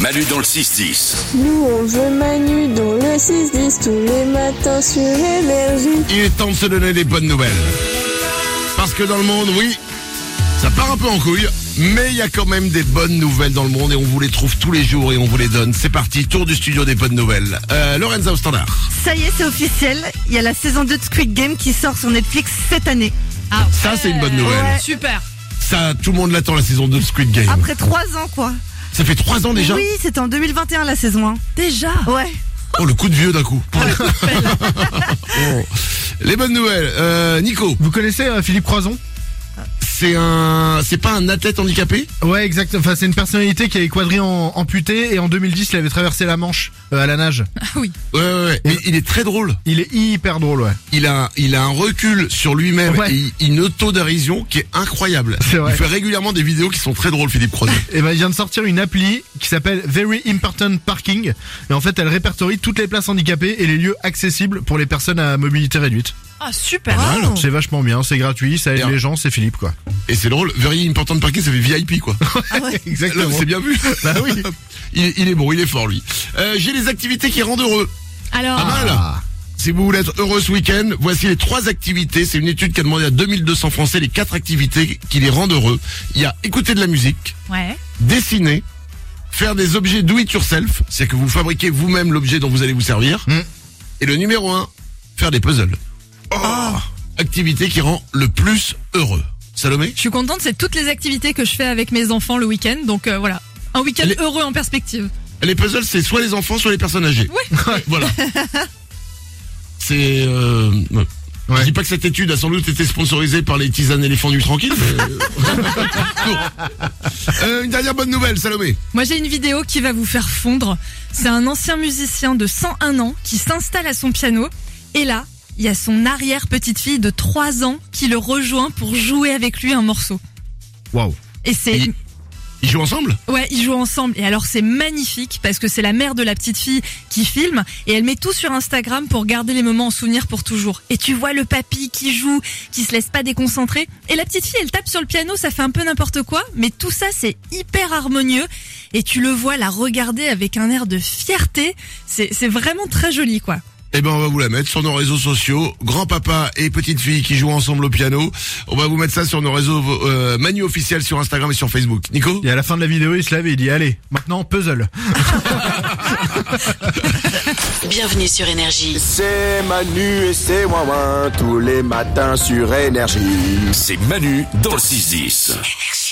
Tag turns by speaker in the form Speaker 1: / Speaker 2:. Speaker 1: Manu dans le 6-10.
Speaker 2: Nous on veut Manu dans le 6-10 tous les matins sur Énergie.
Speaker 3: Il est temps de se donner des bonnes nouvelles. Parce que dans le monde, oui, ça part un peu en couille, mais il y a quand même des bonnes nouvelles dans le monde et on vous les trouve tous les jours et on vous les donne. C'est parti, tour du studio des bonnes nouvelles. Euh, Lorenza au standard.
Speaker 4: Ça y est, c'est officiel. Il y a la saison 2 de Squid Game qui sort sur Netflix cette année.
Speaker 3: Ça, c'est une bonne nouvelle.
Speaker 4: Ouais.
Speaker 5: Super.
Speaker 3: Ça, tout le monde l'attend, la saison 2 de Squid Game.
Speaker 4: Après 3 ans, quoi.
Speaker 3: Ça fait 3 ans déjà
Speaker 4: Oui, c'était en 2021 la saison 1.
Speaker 5: Déjà.
Speaker 4: Ouais.
Speaker 3: Oh, le coup de vieux d'un coup. Oh. Les bonnes nouvelles. Euh, Nico,
Speaker 6: Vous connaissez euh, Philippe Croison
Speaker 3: c'est un, c'est pas un athlète handicapé
Speaker 6: Ouais, exact. Enfin, c'est une personnalité qui avait quadrillé en amputé et en 2010, il avait traversé la Manche euh, à la nage.
Speaker 3: Ouais, ouais, ouais. Mais il est très drôle.
Speaker 6: Il est hyper drôle, ouais.
Speaker 3: il a, il a un recul sur lui-même
Speaker 6: Ouais.
Speaker 3: et il- une autodérision qui est incroyable.
Speaker 6: C'est vrai.
Speaker 3: Il fait régulièrement des vidéos qui sont très drôles, Philippe Cronin.
Speaker 6: Et ben, il vient de sortir une appli qui s'appelle Very Important Parking. Et en fait, elle répertorie toutes les places handicapées et les lieux accessibles pour les personnes à mobilité réduite.
Speaker 5: Ah super.
Speaker 6: C'est vachement bien, c'est gratuit, ça aide
Speaker 3: Bien.
Speaker 6: les gens, c'est Philippe, quoi.
Speaker 3: et c'est drôle, Very Important Parking, ça fait VIP quoi. Là,
Speaker 6: Exactement.
Speaker 3: C'est bien vu.
Speaker 6: Bah oui.
Speaker 3: il, il est bon, il est fort lui. Euh, J'ai les activités qui rendent heureux.
Speaker 5: Alors.
Speaker 3: Pas
Speaker 6: Ah.
Speaker 3: mal. Si vous voulez être heureux ce week-end, voici les trois activités. C'est une étude qui a demandé à 2200 Français les quatre activités qui les rendent heureux. Il y a écouter de la musique,
Speaker 5: Ouais.
Speaker 3: dessiner, faire des objets do it yourself, c'est-à-dire que vous fabriquez vous-même l'objet dont vous allez vous servir.
Speaker 6: Mm.
Speaker 3: Et le numéro un, faire des puzzles. Oh, Activité qui rend le plus heureux. Salomé
Speaker 5: Je suis contente, c'est toutes les activités que je fais avec mes enfants le week-end. Donc euh, voilà. Un week-end
Speaker 3: Les-
Speaker 5: heureux en perspective.
Speaker 3: Les puzzles, c'est soit les enfants, soit les personnes âgées.
Speaker 5: Oui.
Speaker 3: voilà. C'est... Euh... ouais.
Speaker 6: Ouais.
Speaker 3: Je dis pas que cette étude a sans doute été sponsorisée par les tisanes éléphants du tranquille. mais, euh, euh, une dernière bonne nouvelle, Salomé.
Speaker 5: Moi j'ai une vidéo qui va vous faire fondre. C'est un ancien musicien de 101 ans qui s'installe à son piano et là, il y a son arrière petite fille de 3 ans qui le rejoint pour jouer avec lui un morceau.
Speaker 6: Waouh.
Speaker 5: Et c'est
Speaker 3: Il- Ils jouent ensemble
Speaker 5: ouais, ils jouent ensemble et alors c'est magnifique parce que c'est la mère de la petite fille qui filme et elle met tout sur Instagram pour garder les moments en souvenir pour toujours. Et tu vois le papy qui joue, qui se laisse pas déconcentrer et la petite fille elle tape sur le piano, ça fait un peu n'importe quoi, mais tout ça c'est hyper harmonieux et tu le vois la regarder avec un air de fierté, c'est c'est vraiment très joli quoi.
Speaker 3: Eh ben, on va vous la mettre sur nos réseaux sociaux. Grand-papa et petite-fille qui jouent ensemble au piano. On va vous mettre ça sur nos réseaux euh, Manu officiel sur Instagram et sur Facebook. Nico
Speaker 6: Et à la fin de la vidéo, il se lave et il dit, allez, maintenant, puzzle.
Speaker 7: Bienvenue sur Énergie.
Speaker 8: C'est Manu et c'est Wawan tous les matins sur Énergie.
Speaker 1: C'est Manu dans le 6-10.